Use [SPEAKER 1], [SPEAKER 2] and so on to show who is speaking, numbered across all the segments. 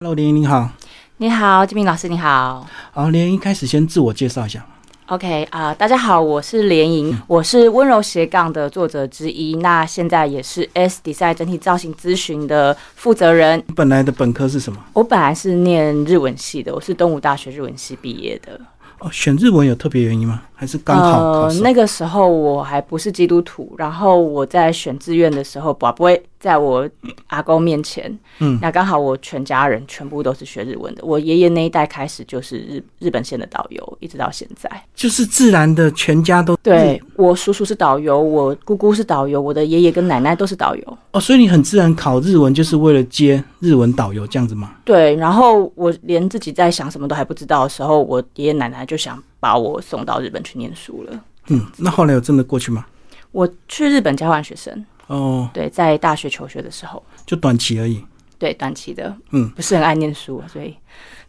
[SPEAKER 1] Hello，林您好。
[SPEAKER 2] 你好，金明老师，你好。
[SPEAKER 1] 好，林一开始先自我介绍一下。
[SPEAKER 2] OK 啊、大家好，我是连莹，
[SPEAKER 1] 嗯
[SPEAKER 2] 我是《温柔斜杠》的作者之一，那现在也是 S Design 整体造型咨询的负责人。
[SPEAKER 1] 你本来的本科是什么？
[SPEAKER 2] 我本来是念日文系的，我是东吴大学日文系毕业的。
[SPEAKER 1] 哦，选日文有特别原因吗？还是刚好考
[SPEAKER 2] 呃，
[SPEAKER 1] 上？
[SPEAKER 2] 那个时候我还不是基督徒，然后我在选志愿的时候，宝贝在我阿公面前，
[SPEAKER 1] 嗯
[SPEAKER 2] 那刚好我全家人全部都是学日文的，我爷爷那一代开始就是日日本线的导游，一直到现在。
[SPEAKER 1] 就是自然的，全家都
[SPEAKER 2] 对我叔叔是导游，我姑姑是导游，我的爷爷跟奶奶都是导游。
[SPEAKER 1] 哦，所以你很自然考日文，就是为了接日文导游这样子吗？
[SPEAKER 2] 对，然后我连自己在想什么都还不知道的时候，我爷爷奶奶就想把我送到日本去念书了。
[SPEAKER 1] 嗯，那后来有真的过去吗？
[SPEAKER 2] 我去日本交换学生，
[SPEAKER 1] 哦，
[SPEAKER 2] 对，在大学求学的时候，
[SPEAKER 1] 就短期而已。
[SPEAKER 2] 对，短期的，
[SPEAKER 1] 嗯，
[SPEAKER 2] 不是很爱念书，所以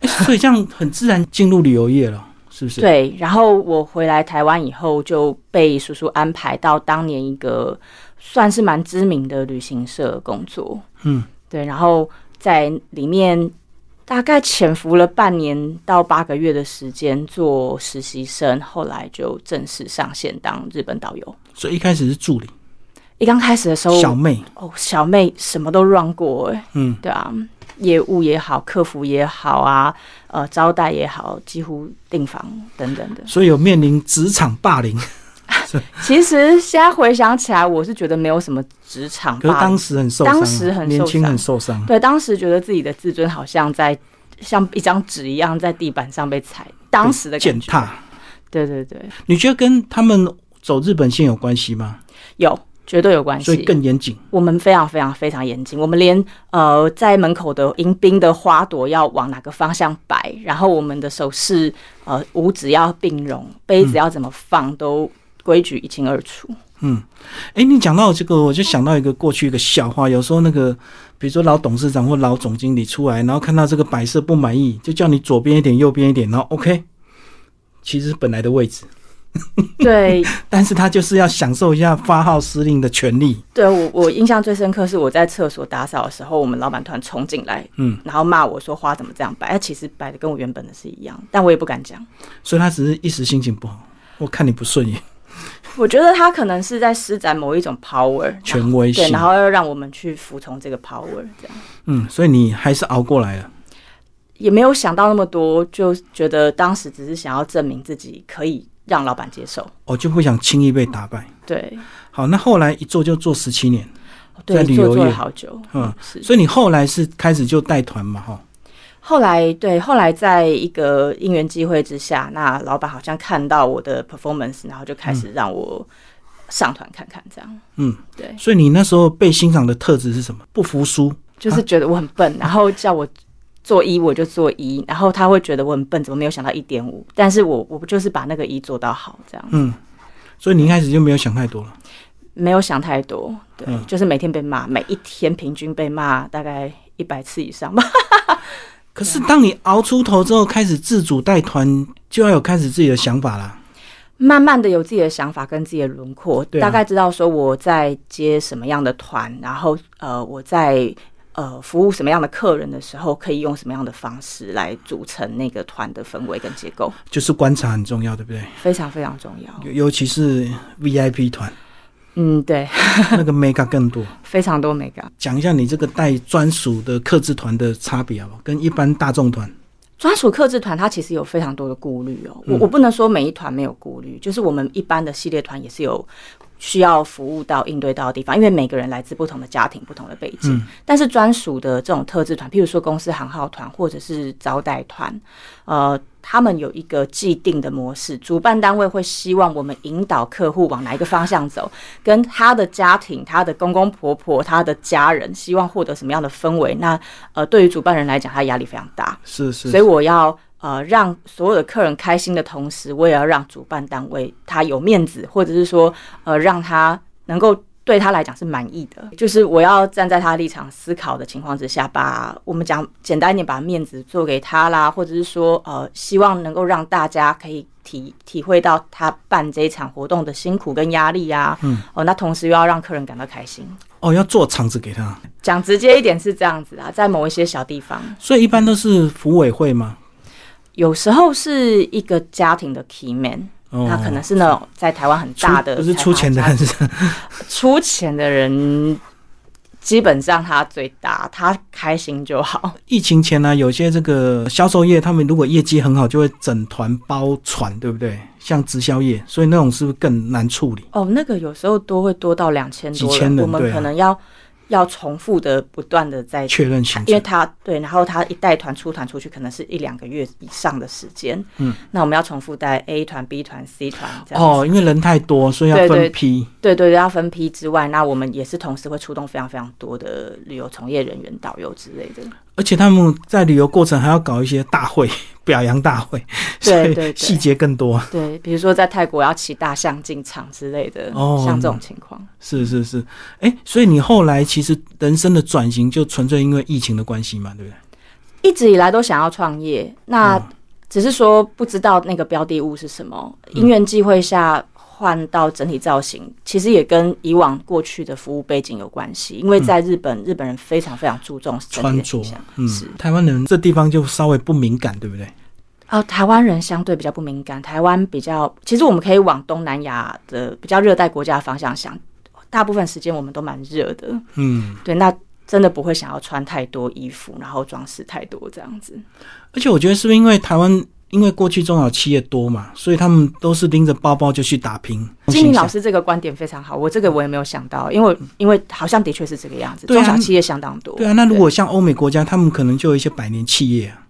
[SPEAKER 1] 诶所以这样很自然进入旅游业了，是不是？，
[SPEAKER 2] 对。然后我回来台湾以后，就被叔叔安排到当年一个算是蛮知名的旅行社工作。
[SPEAKER 1] 嗯，
[SPEAKER 2] 对，然后在里面大概潜伏了半年到八个月的时间做实习生，后来就正式上线当日本导游。
[SPEAKER 1] 所以一开始是助理，
[SPEAKER 2] 一刚开始的时候，
[SPEAKER 1] 小妹，
[SPEAKER 2] 哦，小妹什么都 run 过、哎，
[SPEAKER 1] 嗯，
[SPEAKER 2] 对啊，业务也好，客服也好啊，呃，招待也好，几乎订房等等的。
[SPEAKER 1] 所以有面临职场霸凌，
[SPEAKER 2] 其实现在回想起来，我是觉得没有什么职场
[SPEAKER 1] 可是
[SPEAKER 2] 霸凌
[SPEAKER 1] 当时很受伤啊，
[SPEAKER 2] 当时很受
[SPEAKER 1] 年轻，
[SPEAKER 2] 伤
[SPEAKER 1] 很受伤。
[SPEAKER 2] 对，当时觉得自己的自尊好像在像一张纸一样在地板上被踩，当时的
[SPEAKER 1] 践
[SPEAKER 2] 感觉。
[SPEAKER 1] 踏，
[SPEAKER 2] 对对对，
[SPEAKER 1] 你觉得跟他们走日本线有关系吗？
[SPEAKER 2] 有绝对有关
[SPEAKER 1] 所以
[SPEAKER 2] 系。
[SPEAKER 1] 更严谨。
[SPEAKER 2] 我们非常非常非常严谨，我们连呃在门口的迎宾的花朵要往哪个方向摆，然后我们的手势呃五指要并拢，杯
[SPEAKER 1] 嗯
[SPEAKER 2] 子要怎么放、都规矩一清二楚。
[SPEAKER 1] 诶，哎你讲到这个，我就想到一个过去一个笑话，有时候那个，比如说老董事长或老总经理出来，然后看到这个摆设不满意，就叫你左边一点，右边一点，然后 OK，其实是本来的位置，
[SPEAKER 2] 对，
[SPEAKER 1] 但是他就是要享受一下发号施令的权利。
[SPEAKER 2] 对我我印象最深刻是我在厕所打扫的时候，我们老板突然冲进来，
[SPEAKER 1] 嗯，
[SPEAKER 2] 然后骂我说花怎么这样摆，哎，其实摆的跟我原本的是一样，但我也不敢讲。
[SPEAKER 1] 所以他只是一时心情不好，我看你不顺眼，
[SPEAKER 2] 我觉得他可能是在施展某一种 power，
[SPEAKER 1] 权威
[SPEAKER 2] 啊对，
[SPEAKER 1] 性
[SPEAKER 2] 然。后要让我们去服从这个 power，这样
[SPEAKER 1] 嗯，所以你还是熬过来了。
[SPEAKER 2] 也没有想到那么多，就觉得当时只是想要证明自己可以让老板接受。
[SPEAKER 1] 我哦就不想轻易被打败。
[SPEAKER 2] 对，
[SPEAKER 1] 好，那后来一做就做十七年，在
[SPEAKER 2] 对，
[SPEAKER 1] 旅游
[SPEAKER 2] 做做
[SPEAKER 1] 业
[SPEAKER 2] 了好久，
[SPEAKER 1] 嗯，
[SPEAKER 2] 是。
[SPEAKER 1] 所以你后来是开始就带团嘛，哈，
[SPEAKER 2] 后来对，后来在一个因缘机会之下，那老板好像看到我的 performance，然后就开始让我上团看看，这样。
[SPEAKER 1] 嗯，
[SPEAKER 2] 对，
[SPEAKER 1] 所以你那时候被欣赏的特质是什么？不服输，
[SPEAKER 2] 就是觉得我很笨，然后叫我做一我就做一，然后他会觉得我很笨，怎么没有想到一点五？但是我我不就是把那个一做到好，这样
[SPEAKER 1] 嗯，所以你一开始就没有想太多了。
[SPEAKER 2] 没有想太多，对，
[SPEAKER 1] 嗯
[SPEAKER 2] 就是每天被骂，每一天平均被骂大概一百次以上吧。
[SPEAKER 1] 可是当你熬出头之后，开始自主带团，就要有开始自己的想法啦。
[SPEAKER 2] 慢慢的有自己的想法跟自己的轮廓，
[SPEAKER 1] 对啊
[SPEAKER 2] 大概知道说我在接什么样的团，然后呃我在呃服务什么样的客人的时候，可以用什么样的方式来组成那个团的氛围跟结构，
[SPEAKER 1] 就是观察很重要，对不对？
[SPEAKER 2] 非常非常重要。
[SPEAKER 1] 尤尤其是 VIP 团，
[SPEAKER 2] 嗯，对，
[SPEAKER 1] 那个 mega 更多。
[SPEAKER 2] 非常多美感。
[SPEAKER 1] 讲一下你这个带专属的客制团的差别好不好？跟一般大众团，
[SPEAKER 2] 专属克制团它其实有非常多的顾虑哦，我我不能说每一团没有顾虑，就是我们一般的系列团也是有需要服务到、应对到的地方，因为每个人来自不同的家庭、不同的背景。但是专属的这种特制团，譬如说公司行号团或者是招待团，呃，他们有一个既定的模式，主办单位会希望我们引导客户往哪一个方向走，跟他的家庭、他的公公婆婆、他的家人，希望获得什么样的氛围。那呃，对于主办人来讲，他压力非常大。
[SPEAKER 1] 是是
[SPEAKER 2] 所以我要呃让所有的客人开心的同时，我也要让主办单位他有面子，或者是说呃让他能够对他来讲是满意的。就是我要站在他立场思考的情况之下，把我们讲简单一点，把面子做给他啦，或者是说呃希望能够让大家可以。体体会到他办这一场活动的辛苦跟压力啊，嗯，哦，那同时又要让客人感到开心，
[SPEAKER 1] 哦，要做场子给他，
[SPEAKER 2] 讲直接一点是这样子啊，在某一些小地方，
[SPEAKER 1] 所以一般都是服委会嘛。
[SPEAKER 2] 有时候是一个家庭的 key man，、
[SPEAKER 1] 哦，
[SPEAKER 2] 他可能是那种在台湾很大的，
[SPEAKER 1] 出不是出钱的，人，是
[SPEAKER 2] 出钱的人基本上他最大，他开心就 好。
[SPEAKER 1] 疫情前呢、有些这个销售业，他们如果业绩很好，就会整团包船，对不对？像直销业，所以那种是不是更难处理？
[SPEAKER 2] 哦，那个有时候多会多到两千多
[SPEAKER 1] 几千人
[SPEAKER 2] 我们
[SPEAKER 1] 对啊
[SPEAKER 2] 可能要、要重复的不断的在
[SPEAKER 1] 确认行
[SPEAKER 2] 因为
[SPEAKER 1] 程，
[SPEAKER 2] 他对，然后他一带团出团出去，可能是一两个月以上的时间。
[SPEAKER 1] 嗯，
[SPEAKER 2] 那我们要重复带 A 团、B 团、C 团这样。哦，
[SPEAKER 1] 哦，因为人太多，所以要
[SPEAKER 2] 对对
[SPEAKER 1] 分批。
[SPEAKER 2] 对对对，要分批之外，那我们也是同时会出动非常非常多的旅游从业人员、导游之类的。
[SPEAKER 1] 而且他们在旅游过程还要搞一些大会， 表扬大会，
[SPEAKER 2] 对
[SPEAKER 1] 所以
[SPEAKER 2] 对对
[SPEAKER 1] 细节更多。
[SPEAKER 2] 对，比如说在泰国要骑大象进场之类的，
[SPEAKER 1] 哦
[SPEAKER 2] 像这种情况。
[SPEAKER 1] 是是是，哎、所以你后来其实人生的转型就纯粹因为疫情的关系嘛，对不对？
[SPEAKER 2] 一直以来都想要创业，那
[SPEAKER 1] 嗯
[SPEAKER 2] 只是说不知道那个标的物是什么，因缘际会下换到整体造型，其实也跟以往过去的服务背景有关系，因为在日本，日本人非常非常注重整
[SPEAKER 1] 嗯
[SPEAKER 2] 体
[SPEAKER 1] 穿
[SPEAKER 2] 的
[SPEAKER 1] 着
[SPEAKER 2] 形象，，
[SPEAKER 1] 嗯
[SPEAKER 2] 是，
[SPEAKER 1] 台湾人这地方就稍微不敏感，对不对？
[SPEAKER 2] 哦，台湾人相对比较不敏感，台湾比较，其实我们可以往东南亚的比较热带国家的方向想，大部分时间我们都蛮热的，
[SPEAKER 1] 嗯，
[SPEAKER 2] 对，那真的不会想要穿太多衣服，然后装饰太多这样子。
[SPEAKER 1] 嗯而且我觉得是不是因为台湾因为过去中小企业多嘛，所以他们都是拎着包包就去打拼。
[SPEAKER 2] 金
[SPEAKER 1] 心
[SPEAKER 2] 玲
[SPEAKER 1] 想
[SPEAKER 2] 老师这个观点非常好，我这个我也没有想到，因为因为好像的确是这个样子，
[SPEAKER 1] 对啊
[SPEAKER 2] 中小企业相当多。
[SPEAKER 1] 对啊，那如果像欧美国家，他们可能就有一些百年企业、啊，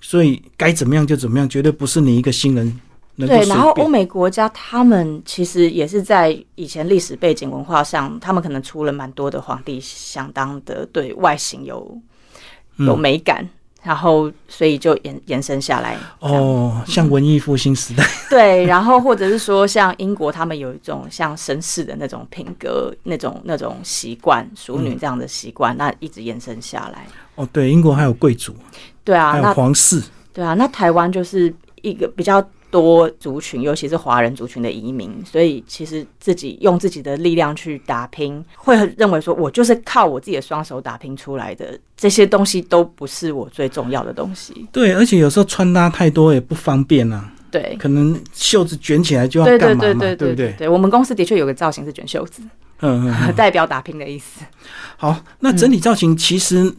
[SPEAKER 1] 所以该怎么样就怎么样，绝对不是你一个新人能够
[SPEAKER 2] 对，
[SPEAKER 1] 随
[SPEAKER 2] 然后欧
[SPEAKER 1] 便。
[SPEAKER 2] 美国家他们其实也是在以前历史背景文化上，他们可能出了蛮多的皇帝，相当的对外形有
[SPEAKER 1] 嗯
[SPEAKER 2] 有美感，然后所以就延延伸下来。
[SPEAKER 1] 哦，像文艺复兴时 代，
[SPEAKER 2] 对，然后或者是说像英国，他们有一种像绅士的那种品格、那种那种习惯，淑
[SPEAKER 1] 嗯
[SPEAKER 2] 女这样的习惯，那一直延伸下来。
[SPEAKER 1] 哦，对，英国还有贵族，
[SPEAKER 2] 对啊，
[SPEAKER 1] 还
[SPEAKER 2] 那
[SPEAKER 1] 有皇室，
[SPEAKER 2] 对啊，那台湾就是一个比较多族群，尤其是华人族群的移民，所以其实自己用自己的力量去打拼，会很认为说我就是靠我自己的双手打拼出来的，这些东西都不是我最重要的东西。
[SPEAKER 1] 对，而且有时候穿搭太多也不方便啊，
[SPEAKER 2] 对。
[SPEAKER 1] 可能袖子卷起来就
[SPEAKER 2] 对
[SPEAKER 1] 要
[SPEAKER 2] 对
[SPEAKER 1] 干嘛
[SPEAKER 2] 对
[SPEAKER 1] 嘛，
[SPEAKER 2] 对
[SPEAKER 1] 不
[SPEAKER 2] 对
[SPEAKER 1] 对？
[SPEAKER 2] 对，我们公司的确有个造型是卷袖子，
[SPEAKER 1] 嗯嗯，嗯
[SPEAKER 2] 代表打拼的意思。
[SPEAKER 1] 好，那整
[SPEAKER 2] 嗯
[SPEAKER 1] 体造型其实。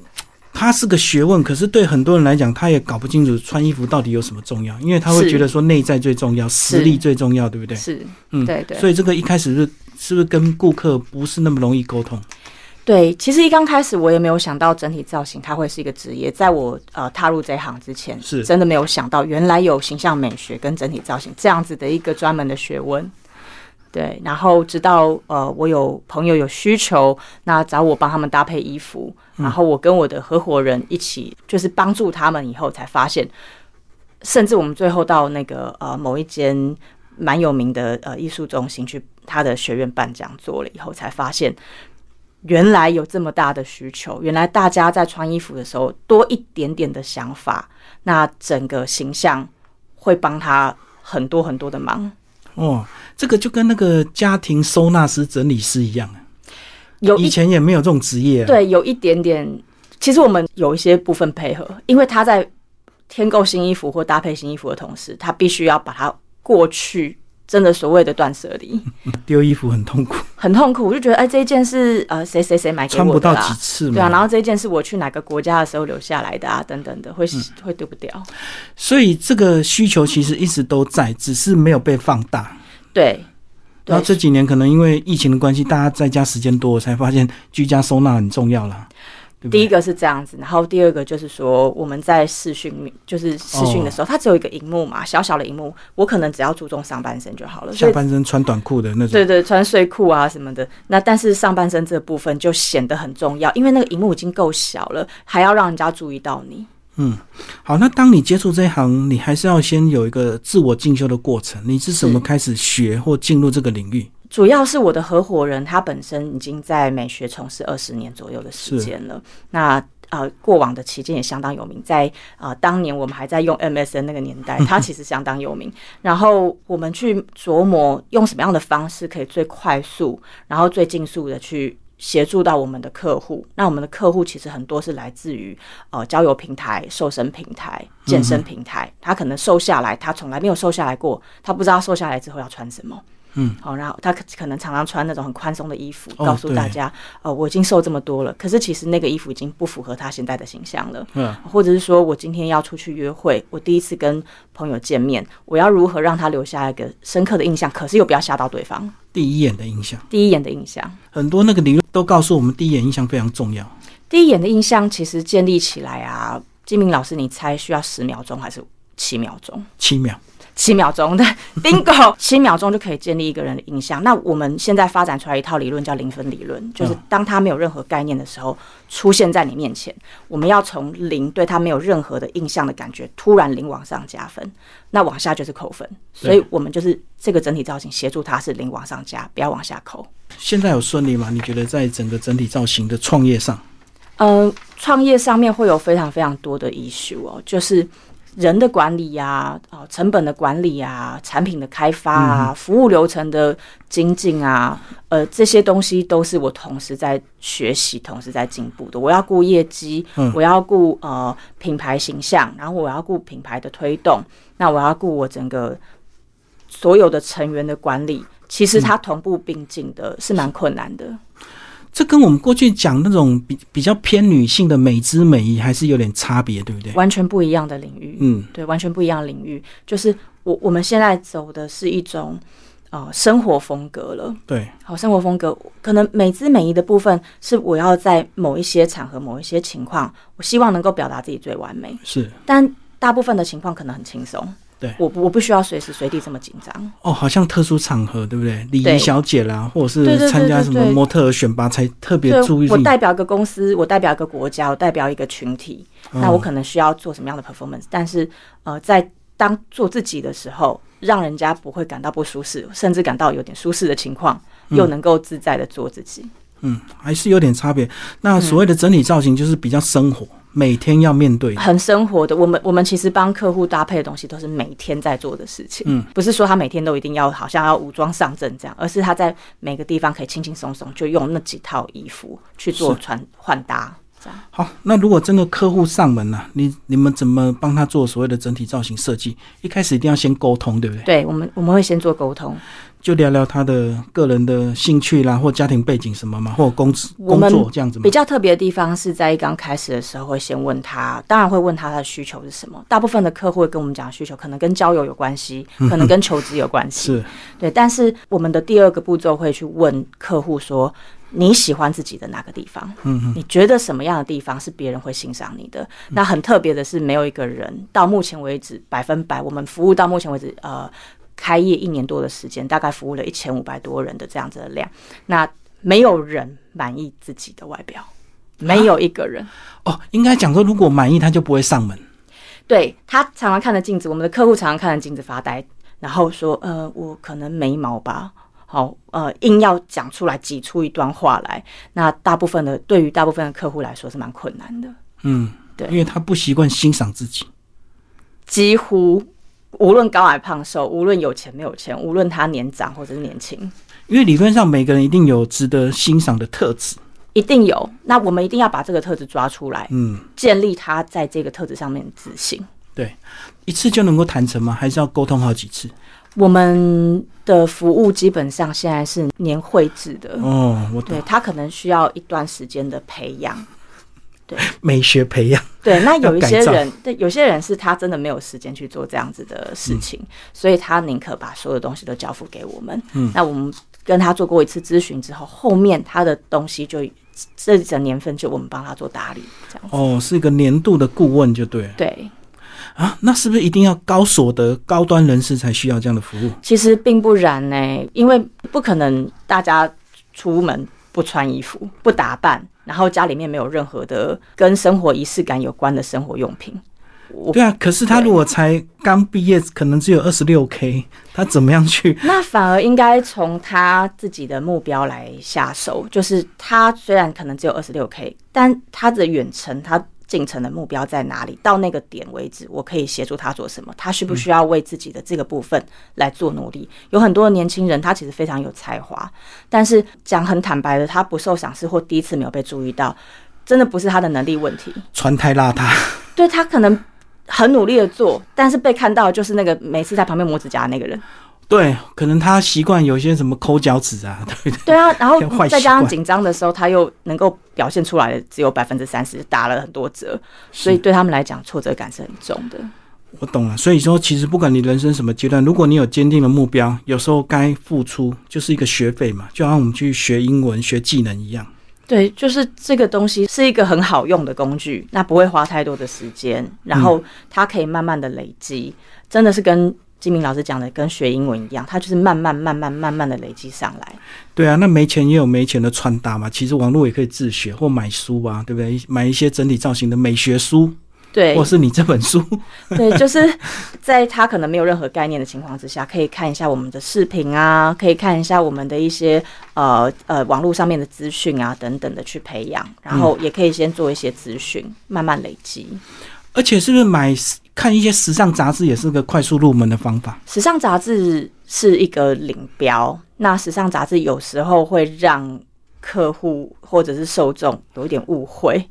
[SPEAKER 1] 它是个学问，可是对很多人来讲，他也搞不清楚穿衣服到底有什么重要，因为他会
[SPEAKER 2] 是
[SPEAKER 1] 觉得说内在最重要，实力最重要，对不对？
[SPEAKER 2] 是，
[SPEAKER 1] 嗯
[SPEAKER 2] 对对
[SPEAKER 1] 所以这个一开始是是不是跟顾客不是那么容易沟通？
[SPEAKER 2] 对。其实一刚开始我也没有想到整体造型它会是一个职业，在我呃踏入这一行之前，
[SPEAKER 1] 是
[SPEAKER 2] 真的没有想到原来有形象美学跟整体造型这样子的一个专门的学问。对，然后直到呃，我有朋友有需求，那找我帮他们搭配衣服，然后我跟我的合伙人一起，就是帮助他们以后才发现，甚至我们最后到那个呃某一间蛮有名的呃艺术中心去他的学院办讲座了以后，才发现原来有这么大的需求，原来大家在穿衣服的时候多一点点的想法，那整个形象会帮他很多很多的忙。
[SPEAKER 1] 哦，这个就跟那个家庭收纳师、整理师一样啊，
[SPEAKER 2] 有哦一
[SPEAKER 1] 以前也没有这种职业、啊。，
[SPEAKER 2] 对，有一点点。其实我们有一些部分配合，因为他在添购新衣服或搭配新衣服的同时，他必须要把它过去真的所谓的断舍 离，
[SPEAKER 1] 丢衣服很痛苦，
[SPEAKER 2] 很痛苦。我就觉得，哎，这一件是呃谁谁谁买给
[SPEAKER 1] 穿不
[SPEAKER 2] 我的
[SPEAKER 1] 到几
[SPEAKER 2] 啦，
[SPEAKER 1] 次嘛。
[SPEAKER 2] 对啊，然后这一件是我去哪个国家的时候留下来的啊，等等的，会、
[SPEAKER 1] 嗯
[SPEAKER 2] 会丢不掉。
[SPEAKER 1] 所以这个需求其实一直都在，只是没有被放大。
[SPEAKER 2] 对，
[SPEAKER 1] 然
[SPEAKER 2] 对
[SPEAKER 1] 后，这几年可能因为疫情的关系，大家在家时间多，才发现居家收纳很重要了。对不
[SPEAKER 2] 第一
[SPEAKER 1] 对？
[SPEAKER 2] 个是这样子，然后第二个就是说我们在视讯，就是视讯的时
[SPEAKER 1] 哦
[SPEAKER 2] 候，它只有一个荧幕嘛，小小的荧幕，我可能只要注重上半身就好了，所
[SPEAKER 1] 下
[SPEAKER 2] 以
[SPEAKER 1] 嗯半身穿短裤的那种，
[SPEAKER 2] 对对，穿睡裤啊什么的。那但是上半身这部分就显得很重要，因为那个荧幕已经够小了，还要让人家注意到你。
[SPEAKER 1] 好，那当你接触这一行，你还是要先有一个自我进修的过程。你是怎么开始学或进入这个领域？
[SPEAKER 2] 主要是我的合伙人他本身已经在美学从事二十年左右的时间了。那呃，过往的期间也相当有名，在呃当年我们还在用 MSN 那个年代，他其实相当有名。然后我们去琢磨用什么样的方式可以最快速，然后最尽速的去协助到我们的客户。那我们的客户其实很多是来自于呃交友平台、瘦身平台、健身平台，他可能瘦下来，他从来没有瘦下来过，他不知道瘦下来之后要穿什么。
[SPEAKER 1] 嗯，
[SPEAKER 2] 好、然后他可可能常常穿那种很宽松的衣服，
[SPEAKER 1] 哦
[SPEAKER 2] 告诉大
[SPEAKER 1] 对
[SPEAKER 2] 家，呃，我已经瘦这么多了，可是其实那个衣服已经不符合他现在的形象了。
[SPEAKER 1] 嗯，
[SPEAKER 2] 或者是说我今天要出去约会，我第一次跟朋友见面，我要如何让他留下一个深刻的印象，可是又不要吓到对方，
[SPEAKER 1] 第一眼的印象，
[SPEAKER 2] 第一眼的印象。
[SPEAKER 1] 很多那个理论都告诉我们，第一眼印象非常重要。
[SPEAKER 2] 第一眼的印象其实建立起来啊，金明老师，你猜需要十秒钟还是七秒钟？
[SPEAKER 1] 七秒，
[SPEAKER 2] 七秒钟的 bingo，七秒钟就可以建立一个人的印象。那我们现在发展出来一套理论叫零分理论，就是当他没有任何概念的时候，出现在你面前，我们要从零对他没有任何的印象的感觉，突然零往上加分，那往下就是扣分。所以我们就是这个整体造型协助他是零往上加，不要往下扣。
[SPEAKER 1] 现在有顺利吗？你觉得在整个整体造型的创业上，
[SPEAKER 2] 呃，创业上面会有非常非常多的 issue 哦，就是人的管理呀、啊，哦，成本的管理啊，产品的开发
[SPEAKER 1] 嗯
[SPEAKER 2] 啊，服务流程的精进啊，呃，这些东西都是我同时在学习，同时在进步的。我要顾业绩，
[SPEAKER 1] 嗯
[SPEAKER 2] 我要顾呃品牌形象，然后我要顾品牌的推动，那我要顾我整个所有的成员的管理。其实
[SPEAKER 1] 嗯
[SPEAKER 2] 它同步并进的是蛮困难的。
[SPEAKER 1] 这跟我们过去讲那种比比较偏女性的美姿美仪还是有点差别，对不对？
[SPEAKER 2] 完全不一样的领域，
[SPEAKER 1] 嗯，
[SPEAKER 2] 对，完全不一样的领域。就是我我们现在走的是一种呃生活风格了。
[SPEAKER 1] 对，
[SPEAKER 2] 好，生活风格可能美姿美仪的部分是我要在某一些场合、某一些情况，我希望能够表达自己最完美，
[SPEAKER 1] 是
[SPEAKER 2] 但大部分的情况可能很轻松。
[SPEAKER 1] 对
[SPEAKER 2] 我不我不需要随时随地这么紧张。
[SPEAKER 1] 哦，好像特殊场合，对不对？礼仪
[SPEAKER 2] 对
[SPEAKER 1] 小姐啦，或者是
[SPEAKER 2] 对对对
[SPEAKER 1] 参加
[SPEAKER 2] 对
[SPEAKER 1] 什么
[SPEAKER 2] 对
[SPEAKER 1] 模特儿选拔才特别
[SPEAKER 2] 对
[SPEAKER 1] 注意，
[SPEAKER 2] 我
[SPEAKER 1] 力。
[SPEAKER 2] 代表一个公司，我代表一个国家，我代表一个群体，那我
[SPEAKER 1] 哦
[SPEAKER 2] 可能需要做什么样的 performance？但是，呃，在当做自己的时候，让人家不会感到不舒适，甚至感到有点舒适的情况，又能够自在的做自己。
[SPEAKER 1] 嗯，还是有点差别。
[SPEAKER 2] 嗯
[SPEAKER 1] 那所谓的整体造型就是比较生活，每天要面对的。
[SPEAKER 2] 很生活的。我们我们其实帮客户搭配的东西都是每天在做的事情，
[SPEAKER 1] 嗯，
[SPEAKER 2] 不是说他每天都一定要好像要武装上阵这样，而是他在每个地方可以轻轻松松就用那几套衣服去做穿换搭。这样
[SPEAKER 1] 好，那如果真的客户上门了、啊你你们怎么帮他做所谓的整体造型设计？一开始一定要先沟通，对不对？
[SPEAKER 2] 对我们我们会先做沟通，
[SPEAKER 1] 就聊聊他的个人的兴趣啦，或家庭背景什么嘛，或工作
[SPEAKER 2] 我
[SPEAKER 1] 工
[SPEAKER 2] 们
[SPEAKER 1] 作这样子嘛
[SPEAKER 2] 比。较特别的地方是在一刚开始的时候会先问他，当然会问他他的需求是什么。大部分的客户会跟我们讲需求，可能跟交友有关系，可能跟求职有关系。
[SPEAKER 1] 嗯是
[SPEAKER 2] 对，但是我们的第二个步骤会去问客户说。你喜欢自己的哪个地方？嗯你觉得什么样的地方是别人会欣赏你的？那很特别的是，没有一个人到目前为止百分百，我们服务到目前为止，呃，开业一年多的时间，大概服务了一千五百多人的这样子的量，那没有人满意自己的外表，没有一个人。
[SPEAKER 1] 哦，应该讲说，如果满意他就不会上门。
[SPEAKER 2] 对他常常看着镜子，我们的客户常常看着镜子发呆，然后说：“呃，我可能眉毛吧。”好，呃，硬要讲出来，挤出一段话来，那大部分的对于大部分的客户来说是蛮困难的。
[SPEAKER 1] 嗯，
[SPEAKER 2] 对
[SPEAKER 1] 因为他不习惯欣赏自己。
[SPEAKER 2] 几乎无论高矮胖瘦，无论有钱没有钱，无论他年长或者是年轻，
[SPEAKER 1] 因为理论上每个人一定有值得欣赏的特质，
[SPEAKER 2] 一定有。那我们一定要把这个特质抓出来，
[SPEAKER 1] 嗯，
[SPEAKER 2] 建立他在这个特质上面的自信。
[SPEAKER 1] 一次就能够谈成吗？还是要沟通好几次？
[SPEAKER 2] 我们的服务基本上现在是年会制的，
[SPEAKER 1] 哦，我懂，
[SPEAKER 2] 对他可能需要一段时间的培养。
[SPEAKER 1] 美学培养，
[SPEAKER 2] 对，那有一
[SPEAKER 1] 要
[SPEAKER 2] 些
[SPEAKER 1] 改造
[SPEAKER 2] 人，对有些人是他真的没有时间去做这样子的事情，
[SPEAKER 1] 嗯
[SPEAKER 2] 所以他宁可把所有东西都交付给我们。嗯，那我们跟他做过一次咨询之后，后面他的东西就这整年份就我们帮他做打理，这样子。
[SPEAKER 1] 哦，是一个年度的顾问就对了
[SPEAKER 2] 对，
[SPEAKER 1] 啊。那是不是一定要高所得、高端人士才需要这样的服务？
[SPEAKER 2] 其实并不然呢、因为不可能大家出门不穿衣服、不打扮，然后家里面没有任何的跟生活仪式感有关的生活用品。我
[SPEAKER 1] 对啊，可是他如果才刚毕业，可能只有二十六 k，他怎么样去？
[SPEAKER 2] 那反而应该从他自己的目标来下手，就是他虽然可能只有二十六 k，但他的远程他进程的目标在哪里，到那个点为止，我可以协助他做什么，他需不需要为自己的这个部分来做努力？有很多的年轻人，他其实非常有才华，但是讲很坦白的，他不受赏识或第一次没有被注意到，真的不是他的能力问题，
[SPEAKER 1] 船太邋遢，
[SPEAKER 2] 对他可能很努力的做，但是被看到的就是那个每次在旁边磨指甲的那个人。
[SPEAKER 1] 对，可能他习惯有些什么抠脚趾啊，对不对？
[SPEAKER 2] 对啊，然后
[SPEAKER 1] 要坏习惯
[SPEAKER 2] 再加上紧张的时候，他又能够表现出来的只有百分之三十，打了很多折，所以对他们来讲，挫折感是很重的。
[SPEAKER 1] 我懂了，所以说其实不管你人生什么阶段，如果你有坚定的目标，有时候该付出就是一个学费嘛，就好像我们去学英文、学技能一样。
[SPEAKER 2] 对，就是这个东西是一个很好用的工具，那不会花太多的时间，然后它可以慢慢的累积，真的是跟金明老师讲的跟学英文一样，它就是慢慢慢慢慢慢的累积上来。
[SPEAKER 1] 对啊，那没钱也有没钱的穿搭嘛，其实网络也可以自学或买书啊，对不对？买一些整体造型的美学书，
[SPEAKER 2] 对
[SPEAKER 1] 或是你这本书，
[SPEAKER 2] 对，就是在他可能没有任何概念的情况之下，可以看一下我们的视频啊，可以看一下我们的一些呃呃网络上面的资讯啊等等的去培养，然
[SPEAKER 1] 嗯
[SPEAKER 2] 后也可以先做一些咨询，慢慢累积。
[SPEAKER 1] 而且是不是买看一些时尚杂志也是个快速入门的方法？
[SPEAKER 2] 时尚杂志是一个领标，那时尚杂志有时候会让客户或者是受众有一点误会，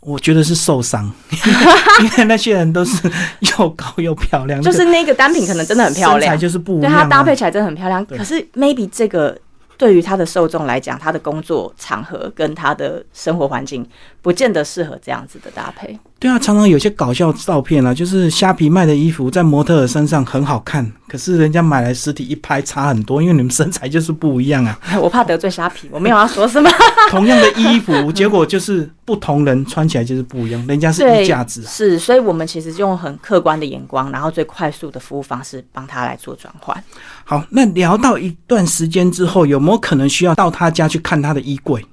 [SPEAKER 1] 我觉得是受 伤，因为那些人都是又高又漂亮，
[SPEAKER 2] 就是那个单品可能真的很漂
[SPEAKER 1] 身材
[SPEAKER 2] 亮，
[SPEAKER 1] 就是不一
[SPEAKER 2] 对
[SPEAKER 1] 样、
[SPEAKER 2] 它
[SPEAKER 1] 啊。
[SPEAKER 2] 搭配起来真的很漂亮。
[SPEAKER 1] 对
[SPEAKER 2] 可是 maybe 这个对于他的受众来讲，他的工作场合跟他的生活环境，不见得适合这样子的搭配。
[SPEAKER 1] 对啊，常常有些搞笑照片啊，就是虾皮卖的衣服在模特儿身上很好看，可是人家买来实体一拍差很多，因为你们身材就是不一 样啊。
[SPEAKER 2] 我怕得罪虾皮，我没有要说什么。
[SPEAKER 1] 同样的衣服，结果就是不同人穿起来就是不一样，人家 是
[SPEAKER 2] 对，
[SPEAKER 1] 衣架子啊。
[SPEAKER 2] 是，所以我们其实用很客观的眼光，然后最快速的服务方式帮他来做转换。
[SPEAKER 1] 好，那聊到一段时间之后，有没有可能需要到他家去看他的衣柜？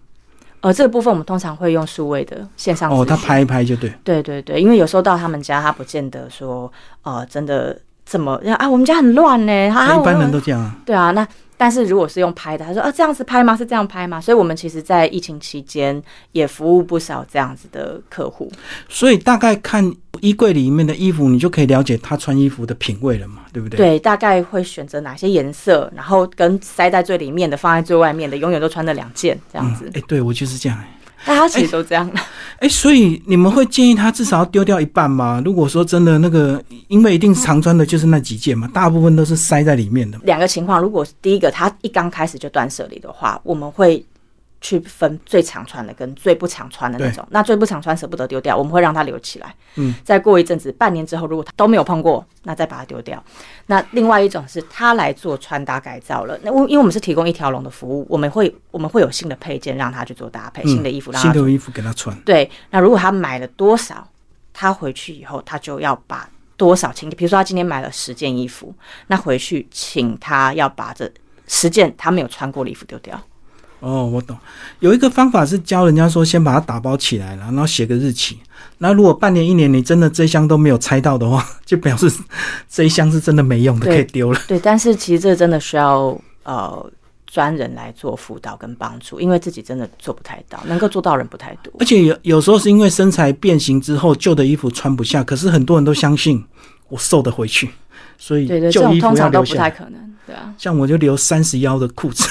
[SPEAKER 2] 呃，这个部分我们通常会用数位的线上
[SPEAKER 1] 哦，
[SPEAKER 2] 咨询
[SPEAKER 1] 他拍一拍就对。
[SPEAKER 2] 对对对，因为有时候到他们家，他不见得说呃真的这么啊，我们家很乱呢、他啊，
[SPEAKER 1] 一般
[SPEAKER 2] 我
[SPEAKER 1] 人都这样啊。
[SPEAKER 2] 对啊，那但是如果是用拍的，他说啊这样子拍吗？是这样拍吗？所以我们其实，在疫情期间也服务不少这样子的客户。
[SPEAKER 1] 所以大概看衣柜里面的衣服，你就可以了解他穿衣服的品味了嘛，对不对？
[SPEAKER 2] 对，大概会选择哪些颜色，然后跟塞在最里面的、放在最外面的，永远都穿那两件这样
[SPEAKER 1] 嗯，
[SPEAKER 2] 子。
[SPEAKER 1] 哎、对我就是这样、哎
[SPEAKER 2] 大家其实都这样。
[SPEAKER 1] 哎、所以你们会建议他至少要丢掉一半吗？如果说真的那个，因为一定常穿的就是那几件嘛，大部分都是塞在里面的。
[SPEAKER 2] 两个情况，如果是第一个他一刚开始就断舍离的话，我们会去分最常穿的跟最不常穿的那种。那最不常穿舍不得丢掉，我们会让它留起来。
[SPEAKER 1] 嗯，
[SPEAKER 2] 再过一阵子，半年之后，如果他都没有碰过，那再把它丢掉。那另外一种是他来做穿搭改造了，那我因为我们是提供一条龙的服务，我们会我们会有新的配件让他去做搭
[SPEAKER 1] 嗯
[SPEAKER 2] 配，新的衣服让
[SPEAKER 1] 新
[SPEAKER 2] 他做。
[SPEAKER 1] 的衣服给他穿。
[SPEAKER 2] 对，那如果他买了多少，他回去以后他就要把多少请，比如说他今天买了十件衣服，那回去请他要把这十件他没有穿过的衣服丢掉。
[SPEAKER 1] 哦，我懂。有一个方法是教人家说，先把它打包起来了，然后写个日期。那如果半年一年你真的这一箱都没有拆到的话， 就表示这一箱是真的没用的，
[SPEAKER 2] 对
[SPEAKER 1] 可以丢了。
[SPEAKER 2] 对，但是其实这真的需要呃专人来做辅导跟帮助，因为自己真的做不太到，能够做到的人不太多。
[SPEAKER 1] 而且有有时候是因为身材变形之后，旧的衣服穿不下，可是很多人都相信我瘦得回去，所以
[SPEAKER 2] 对对，这
[SPEAKER 1] 旧
[SPEAKER 2] 种
[SPEAKER 1] 衣
[SPEAKER 2] 通
[SPEAKER 1] 服要
[SPEAKER 2] 常都
[SPEAKER 1] 留
[SPEAKER 2] 不
[SPEAKER 1] 下
[SPEAKER 2] 太
[SPEAKER 1] 来。
[SPEAKER 2] 可能，对啊。
[SPEAKER 1] 像我就留三十腰的裤 子，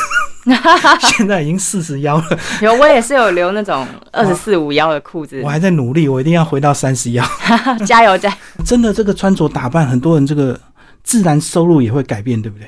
[SPEAKER 1] 现在已经四十腰了，
[SPEAKER 2] 有我也是有留那种二十四五腰的裤子
[SPEAKER 1] 我，还在努力，我一定要回到三十腰。
[SPEAKER 2] 加油加油！
[SPEAKER 1] 真的，这个穿着打扮，很多人这个自然收入也会改变，对不对？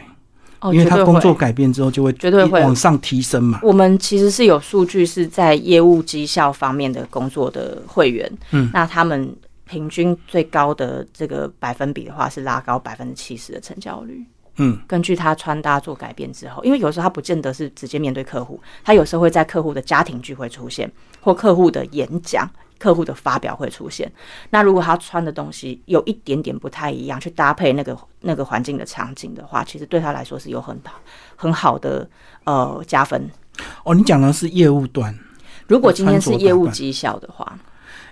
[SPEAKER 2] 哦，
[SPEAKER 1] 因为
[SPEAKER 2] 绝
[SPEAKER 1] 他
[SPEAKER 2] 对
[SPEAKER 1] 工
[SPEAKER 2] 会
[SPEAKER 1] 作改变之后，就会
[SPEAKER 2] 绝对会
[SPEAKER 1] 往上提升嘛。
[SPEAKER 2] 我们其实是有数据是在业务绩效方面的工作的会员，
[SPEAKER 1] 嗯，
[SPEAKER 2] 那他们平均最高的这个百分比的话是拉高百分之七十的成交率。
[SPEAKER 1] 嗯，
[SPEAKER 2] 根据他穿搭做改变之后，因为有时候他不见得是直接面对客户，他有时候会在客户的家庭聚会出现，或客户的演讲、客户的发表会出现。那如果他穿的东西有一点点不太一样，去搭配那个那个环境的场景的话，其实对他来说是有很大很好的呃加分。
[SPEAKER 1] 哦，你讲的是业务端，
[SPEAKER 2] 如果今天是
[SPEAKER 1] 穿着
[SPEAKER 2] 业
[SPEAKER 1] 打
[SPEAKER 2] 务
[SPEAKER 1] 扮
[SPEAKER 2] 绩效的话，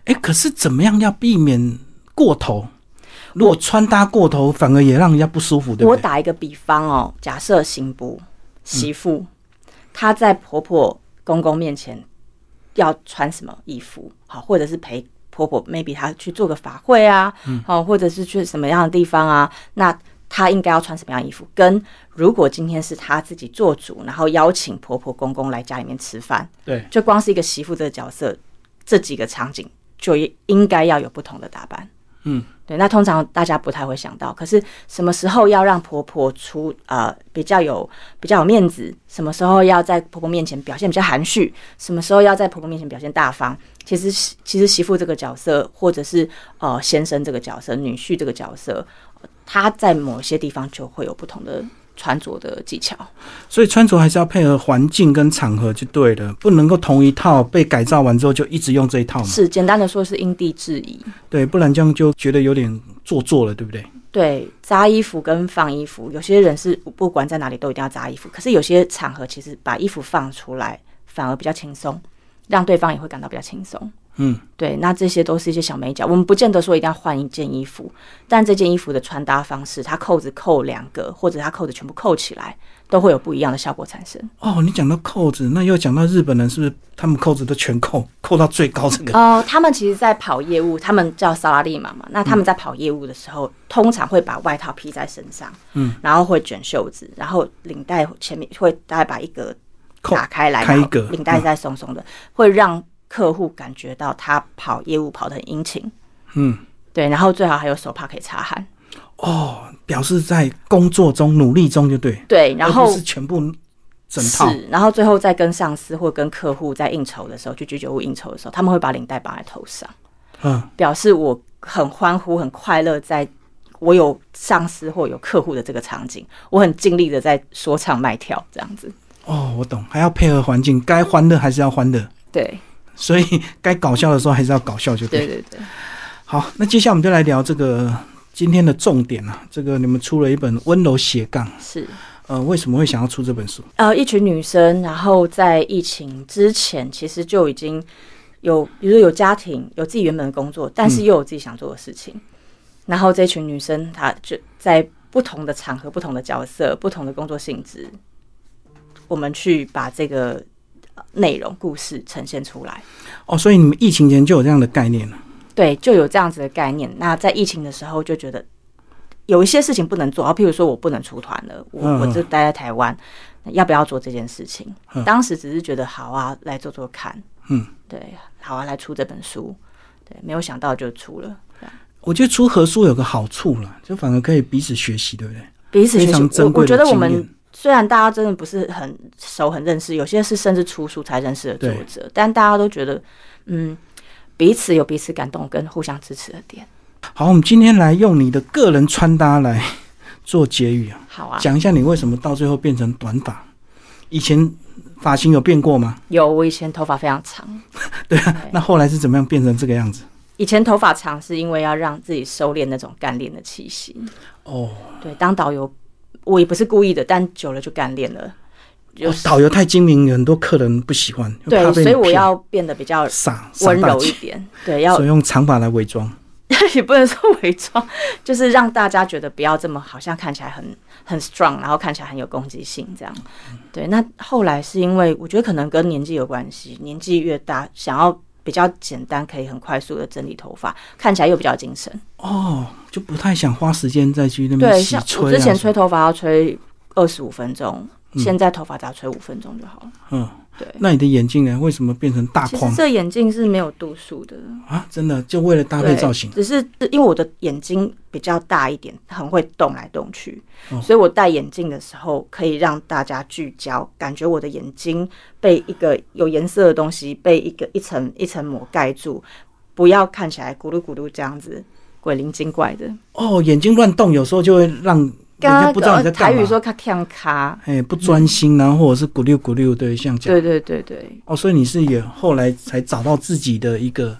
[SPEAKER 1] 哎，可是怎么样要避免过头？如果穿搭过头，反而也让人家不舒服，对不
[SPEAKER 2] 我
[SPEAKER 1] 对？
[SPEAKER 2] 打一个比方哦，假设媳妇媳
[SPEAKER 1] 嗯
[SPEAKER 2] 妇、她在婆婆公公面前要穿什么衣服，好，或者是陪。婆婆，maybe 她去做个法会啊，
[SPEAKER 1] 嗯
[SPEAKER 2] 哦，或者是去什么样的地方啊，那她应该要穿什么样的衣服？跟如果今天是她自己做主，然后邀请婆婆公公来家里面吃饭，
[SPEAKER 1] 对，
[SPEAKER 2] 就光是一个媳妇这个角色，这几个场景就应该要有不同的打扮。
[SPEAKER 1] 嗯，
[SPEAKER 2] 对，那通常大家不太会想到，可是什么时候要让婆婆出呃比较有比较有面子，什么时候要在婆婆面前表现比较含蓄，什么时候要在婆婆面前表现大方，其实媳其实媳妇这个角色，或者是呃先生这个角色、女婿这个角色，呃他在某些地方就会有不同的穿着的技巧。
[SPEAKER 1] 所以穿着还是要配合环境跟场合就对了，不能够同一套被改造完之后就一直用这一套嘛。
[SPEAKER 2] 是简单的说，是因地制宜。
[SPEAKER 1] 对，不然这样就觉得有点做作了，对不对？
[SPEAKER 2] 对，扎衣服跟放衣服，有些人是不管在哪里都一定要扎衣服，可是有些场合其实把衣服放出来反而比较轻松，让对方也会感到比较轻松。
[SPEAKER 1] 嗯，
[SPEAKER 2] 对，那这些都是一些小美角，我们不见得说一定要换一件衣服，但这件衣服的穿搭方式，它扣子扣两个，或者它扣子全部扣起来，都会有不一样的效果产生。
[SPEAKER 1] 哦，你讲到扣子，那又讲到日本人是不是他们扣子都全扣，扣到最高这个？
[SPEAKER 2] 呃，他们其实，在跑业务，他们叫萨拉利玛嘛。
[SPEAKER 1] 嗯
[SPEAKER 2] 那他们在跑业务的时候，通常会把外套披在身上，
[SPEAKER 1] 嗯，
[SPEAKER 2] 然后会卷袖子，然后领带前面会大概把一格
[SPEAKER 1] 扣
[SPEAKER 2] 打开来，
[SPEAKER 1] 开一嗯
[SPEAKER 2] 然后
[SPEAKER 1] 格
[SPEAKER 2] 领带再松松的，会让客户感觉到他跑业务跑得很殷勤。
[SPEAKER 1] 嗯，
[SPEAKER 2] 对，然后最好还有手帕可以擦汗。
[SPEAKER 1] 哦，表示在工作中努力中就对，
[SPEAKER 2] 对，然
[SPEAKER 1] 而
[SPEAKER 2] 后
[SPEAKER 1] 不是全部哦整套。
[SPEAKER 2] 是，然后最后再跟上司或跟客户在应酬的时候，去居酒屋应酬的时候，他们会把领带绑在头上。
[SPEAKER 1] 嗯，
[SPEAKER 2] 表示我很欢呼、很快乐，在我有上司或有客户的这个场景，我很尽力的在说唱卖跳这样子。
[SPEAKER 1] 哦，我懂，还要配合环境，该欢乐还是要欢乐，
[SPEAKER 2] 对，
[SPEAKER 1] 所以该搞笑的时候还是要搞笑就对。
[SPEAKER 2] 对对对，
[SPEAKER 1] 好，那接下来我们就来聊这个今天的重点啊，这个你们出了一本《温柔斜杠》，
[SPEAKER 2] 是。
[SPEAKER 1] 呃，为什么会想要出这本书？
[SPEAKER 2] 呃，一群女生，然后在疫情之前，其实就已经有，比如说有家庭，有自己原本的工作，但是又有自己想做的事情。然后这群女生，她就在不同的场合、不同的角色、不同的工作性质，我们去把这个呃内容故事呈现出来。
[SPEAKER 1] 哦，所以你们疫情前就有这样的概念了。
[SPEAKER 2] 对，就有这样子的概念。那在疫情的时候，就觉得有一些事情不能做，啊，譬如说我不能出团了，我
[SPEAKER 1] 嗯嗯
[SPEAKER 2] 我就待在台湾，那要不要做这件事情
[SPEAKER 1] 嗯？
[SPEAKER 2] 当时只是觉得好啊，来做做看，
[SPEAKER 1] 嗯，
[SPEAKER 2] 对，好啊，来出这本书，对，没有想到就出了，
[SPEAKER 1] 我觉得出合书有个好处了，就反而可以彼此学习，对不对？
[SPEAKER 2] 彼此
[SPEAKER 1] 非
[SPEAKER 2] 学
[SPEAKER 1] 常
[SPEAKER 2] 习。
[SPEAKER 1] 珍
[SPEAKER 2] 我
[SPEAKER 1] 贵
[SPEAKER 2] 我觉
[SPEAKER 1] 的
[SPEAKER 2] 得我
[SPEAKER 1] 经
[SPEAKER 2] 们
[SPEAKER 1] 验。
[SPEAKER 2] 虽然大家真的不是很熟、很认识，有些是甚至出书才认识的作
[SPEAKER 1] 对
[SPEAKER 2] 者，但大家都觉得，嗯，彼此有彼此感动跟互相支持的点。
[SPEAKER 1] 好，我们今天来用你的个人穿搭来做结语啊，
[SPEAKER 2] 好啊，
[SPEAKER 1] 讲一下你为什么到最后变成短发，以前发型有变过吗？
[SPEAKER 2] 有我以前头发非常长。
[SPEAKER 1] 对啊，那后来是怎么样变成这个样子？
[SPEAKER 2] 以前头发长是因为要让自己收敛那种干练的气息。
[SPEAKER 1] 哦，
[SPEAKER 2] 对，当导游我也不是故意的，但久了就干练了。有
[SPEAKER 1] 哦导游太精明，很多客人不喜欢，又怕被
[SPEAKER 2] 对，所
[SPEAKER 1] 你
[SPEAKER 2] 以我
[SPEAKER 1] 骗
[SPEAKER 2] 要变得比较
[SPEAKER 1] 傻傻
[SPEAKER 2] 温
[SPEAKER 1] 大
[SPEAKER 2] 柔一
[SPEAKER 1] 气，
[SPEAKER 2] 点。对，要
[SPEAKER 1] 所以用长发来伪装。
[SPEAKER 2] 也不能说伪装，就是让大家觉得不要这么好像看起来很很 strong，然后看起来很有攻击性这样。对，那后来是因为我觉得可能跟年纪有关系，年纪越大，想要比较简单，可以很快速的整理头发，看起来又比较精神。
[SPEAKER 1] 哦，就不太想花时间再去那边
[SPEAKER 2] 对，
[SPEAKER 1] 洗
[SPEAKER 2] 像
[SPEAKER 1] 吹、
[SPEAKER 2] 我
[SPEAKER 1] 啊、
[SPEAKER 2] 之前吹头发要吹二十五分钟，现在头发只要吹五分钟就好了。
[SPEAKER 1] 嗯，
[SPEAKER 2] 对，
[SPEAKER 1] 那你的眼镜呢？为什么变成大
[SPEAKER 2] 其实
[SPEAKER 1] 框
[SPEAKER 2] 这眼镜是没有度数的，
[SPEAKER 1] 啊？真的就为了搭配
[SPEAKER 2] 对
[SPEAKER 1] 造型
[SPEAKER 2] 只是因为我的眼睛比较大一点，很会动来动去，
[SPEAKER 1] 哦
[SPEAKER 2] 所以我戴眼镜的时候可以让大家聚焦，感觉我的眼睛被一个有颜色的东西被一个一层一层膜盖住，不要看起来咕噜咕噜这样子鬼灵精怪的。
[SPEAKER 1] 哦，眼睛乱动有时候就会让人
[SPEAKER 2] 刚
[SPEAKER 1] 家
[SPEAKER 2] 刚
[SPEAKER 1] 不知道你在
[SPEAKER 2] 呃
[SPEAKER 1] 干
[SPEAKER 2] 台
[SPEAKER 1] 嘛
[SPEAKER 2] 语，说“咔跳咔
[SPEAKER 1] 哎，不专心，然后或者是咕溜咕溜对，像”，这样
[SPEAKER 2] 对对对对，
[SPEAKER 1] 哦，所以你是也后来才找到自己的一个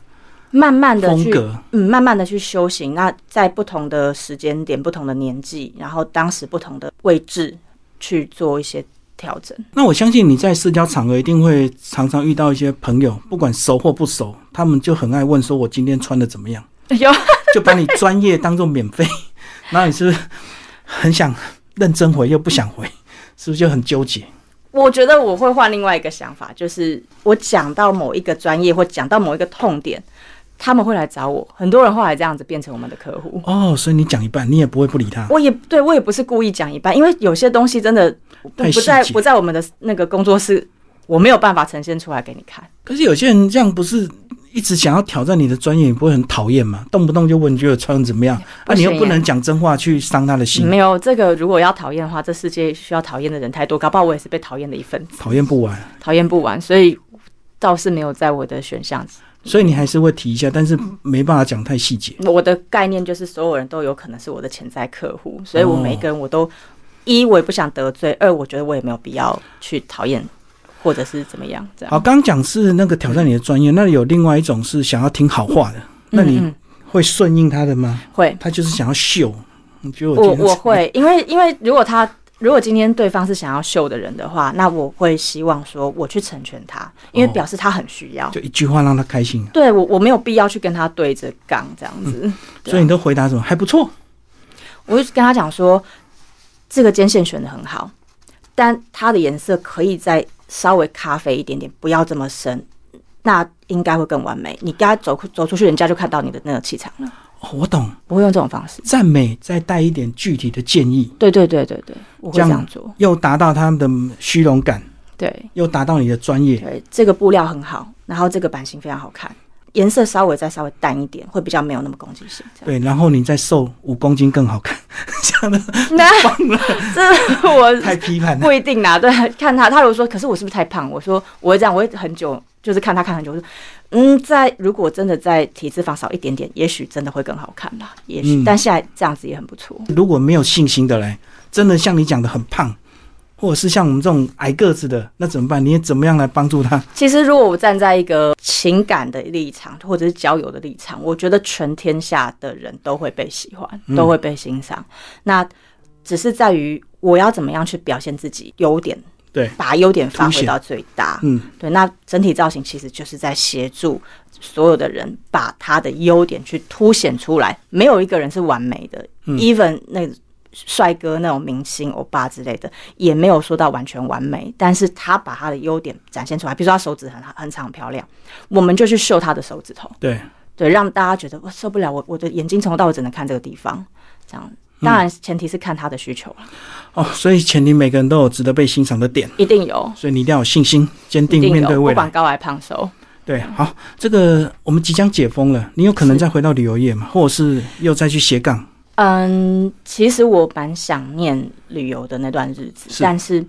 [SPEAKER 2] 慢慢的
[SPEAKER 1] 风
[SPEAKER 2] 去，
[SPEAKER 1] 格，
[SPEAKER 2] 嗯，慢慢的去修行。那在不同的时间点、不同的年纪，然后当时不同的位置去做一些调整。
[SPEAKER 1] 那我相信你在社交场合一定会常常遇到一些朋友，不管熟或不熟，他们就很爱问说：“我今天穿的怎么 样
[SPEAKER 2] 有？”
[SPEAKER 1] 就把你专业当做免费，然后你是不是很想认真回又不想回，是不是就很纠结？
[SPEAKER 2] 我觉得我会换另外一个想法，就是我讲到某一个专业或讲到某一个痛点，他们会来找我，很多人后来这样子变成我们的客户。
[SPEAKER 1] 哦，所以你讲一半，你也不会不理他。
[SPEAKER 2] 我也对我也不是故意讲一半，因为有些东西真的不
[SPEAKER 1] 太
[SPEAKER 2] 不
[SPEAKER 1] 细
[SPEAKER 2] 在
[SPEAKER 1] 节
[SPEAKER 2] 不在我们的那个工作室，我没有办法呈现出来给你看。
[SPEAKER 1] 可是有些人这样不是一直想要挑战你的专业，你不会很讨厌吗？动不动就问你觉得穿得怎么样啊？
[SPEAKER 2] 不
[SPEAKER 1] 你
[SPEAKER 2] 行
[SPEAKER 1] 又不
[SPEAKER 2] 耶
[SPEAKER 1] 能讲真话去伤他的心，
[SPEAKER 2] 没有这个，如果要讨厌的话，这世界需要讨厌的人太多，搞不好我也是被讨厌的一份子，
[SPEAKER 1] 讨厌不完，
[SPEAKER 2] 讨厌不完，所以倒是没有在我的选项。
[SPEAKER 1] 所以你还是会提一下，但是没办法讲太细节。
[SPEAKER 2] 我的概念就是所有人都有可能是我的潜在客户，所以我
[SPEAKER 1] 哦
[SPEAKER 2] 每一个人我都、一我也不想得罪，二我觉得我也没有必要去讨厌或者是怎么样这样。
[SPEAKER 1] 好，刚刚讲是那个挑战你的专业，那有另外一种是想要听好话的，那你
[SPEAKER 2] 嗯嗯
[SPEAKER 1] 会顺应他的吗？
[SPEAKER 2] 会，
[SPEAKER 1] 他就是想要秀，你觉得
[SPEAKER 2] 我
[SPEAKER 1] 我今
[SPEAKER 2] 我
[SPEAKER 1] 天
[SPEAKER 2] 会，因为因为如果他如果今天对方是想要秀的人的话，那我会希望说我去成全他，因
[SPEAKER 1] 哦
[SPEAKER 2] 为表示他很需要。
[SPEAKER 1] 就一句话让他开心，啊
[SPEAKER 2] 对我，我没有必要去跟他对着杠这样子，对啊
[SPEAKER 1] 所以你都回答什么还不错，
[SPEAKER 2] 我就跟他讲说，这个肩线选的很好，但它的颜色可以再稍微咖啡一点点，不要这么深，那应该会更完美。你跟他走走出去，人家就看到你的那个气场了。
[SPEAKER 1] 哦我懂。
[SPEAKER 2] 我会用这种方式。
[SPEAKER 1] 赞美再带一点具体的建议，
[SPEAKER 2] 对对对对对，我会
[SPEAKER 1] 这
[SPEAKER 2] 这
[SPEAKER 1] 样
[SPEAKER 2] 样做。
[SPEAKER 1] 又达到他们的虚荣感，
[SPEAKER 2] 对
[SPEAKER 1] 又达到你的专业。
[SPEAKER 2] 对，这个布料很好，然后这个版型非常好看，颜色稍微再稍微淡一点，会比较没有那么攻击性。这样，
[SPEAKER 1] 对，然后你再瘦五公斤更好 看，这样的
[SPEAKER 2] 那这我
[SPEAKER 1] 太批判了。
[SPEAKER 2] 不一定啦，啊对，看他，他如果说，可是我是不是太胖？我说我会这样，我会很久，就是看他看很久，我说，嗯，在如果真的在体脂肪少一点点，也许真的会更好看啦，也许，
[SPEAKER 1] 嗯
[SPEAKER 2] 但现在这样子也很不错。
[SPEAKER 1] 如果没有信心的嘞，真的像你讲的很胖，或者是像我们这种矮个子的，那怎么办？你也怎么样来帮助他？
[SPEAKER 2] 其实如果我站在一个情感的立场，或者是交友的立场，我觉得全天下的人都会被喜欢，
[SPEAKER 1] 嗯
[SPEAKER 2] 都会被欣赏，那只是在于我要怎么样去表现自己优点，
[SPEAKER 1] 对，
[SPEAKER 2] 把优点发
[SPEAKER 1] 凸
[SPEAKER 2] 挥
[SPEAKER 1] 显
[SPEAKER 2] 到最大，
[SPEAKER 1] 嗯，
[SPEAKER 2] 对，那整体造型其实就是在协助所有的人把他的优点去凸显出来，没有一个人是完美的、e
[SPEAKER 1] 嗯
[SPEAKER 2] v e n 那帅哥那种明星欧巴之类的，也没有说到完全完美，但是他把他的优点展现出来，比如说他手指很很长很漂亮，我们就去秀他的手指头，
[SPEAKER 1] 对，
[SPEAKER 2] 对，让大家觉得我受不了，我我的眼睛从头到尾只能看这个地方，这样。当然，前提是看他的需求了，
[SPEAKER 1] 哦，所以前提每个人都有值得被欣赏的点，
[SPEAKER 2] 一定有，
[SPEAKER 1] 所以你一定要有信心，坚
[SPEAKER 2] 一
[SPEAKER 1] 定
[SPEAKER 2] 定
[SPEAKER 1] 面
[SPEAKER 2] 有，
[SPEAKER 1] 对未
[SPEAKER 2] 不
[SPEAKER 1] 来
[SPEAKER 2] 管。高矮胖瘦。
[SPEAKER 1] 对，好，这个我们即将解封了，你有可能再回到旅游业嘛，或者是又再去斜杠。
[SPEAKER 2] 嗯，其实我蛮想念旅游的那段日子，
[SPEAKER 1] 是
[SPEAKER 2] 但是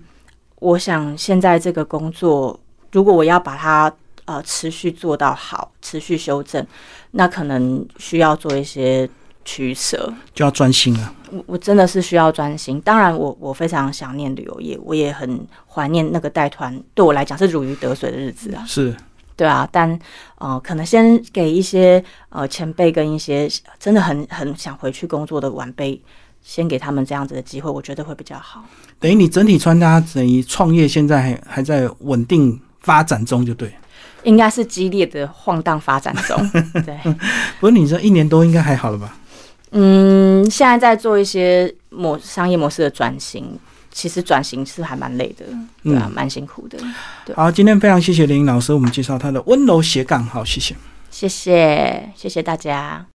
[SPEAKER 2] 我想现在这个工作，如果我要把它呃持续做到好，持续修正，那可能需要做一些取舍。
[SPEAKER 1] 就要专心了。
[SPEAKER 2] 我我真的是需要专心。当然我，我非常想念旅游业，我也很怀念那个带团，对我来讲是如鱼得水的日子啊。
[SPEAKER 1] 是，
[SPEAKER 2] 对啊，但呃，可能先给一些呃前辈跟一些真的很很想回去工作的晚辈，先给他们这样子的机会，我觉得会比较好。
[SPEAKER 1] 等于你整体穿搭，等于创业现在还还在稳定发展中，就对。
[SPEAKER 2] 应该是激烈的晃荡发展 中，对，
[SPEAKER 1] 不是你这一年多应该还好了吧？
[SPEAKER 2] 嗯，现在在做一些模商业模式的转型，其实转型是还蛮累的，对啊，蛮辛苦的，对
[SPEAKER 1] 嗯好，今天非常谢谢林颖老师，我们介绍他的温柔斜杠，好，谢谢。
[SPEAKER 2] 谢谢，谢谢大家。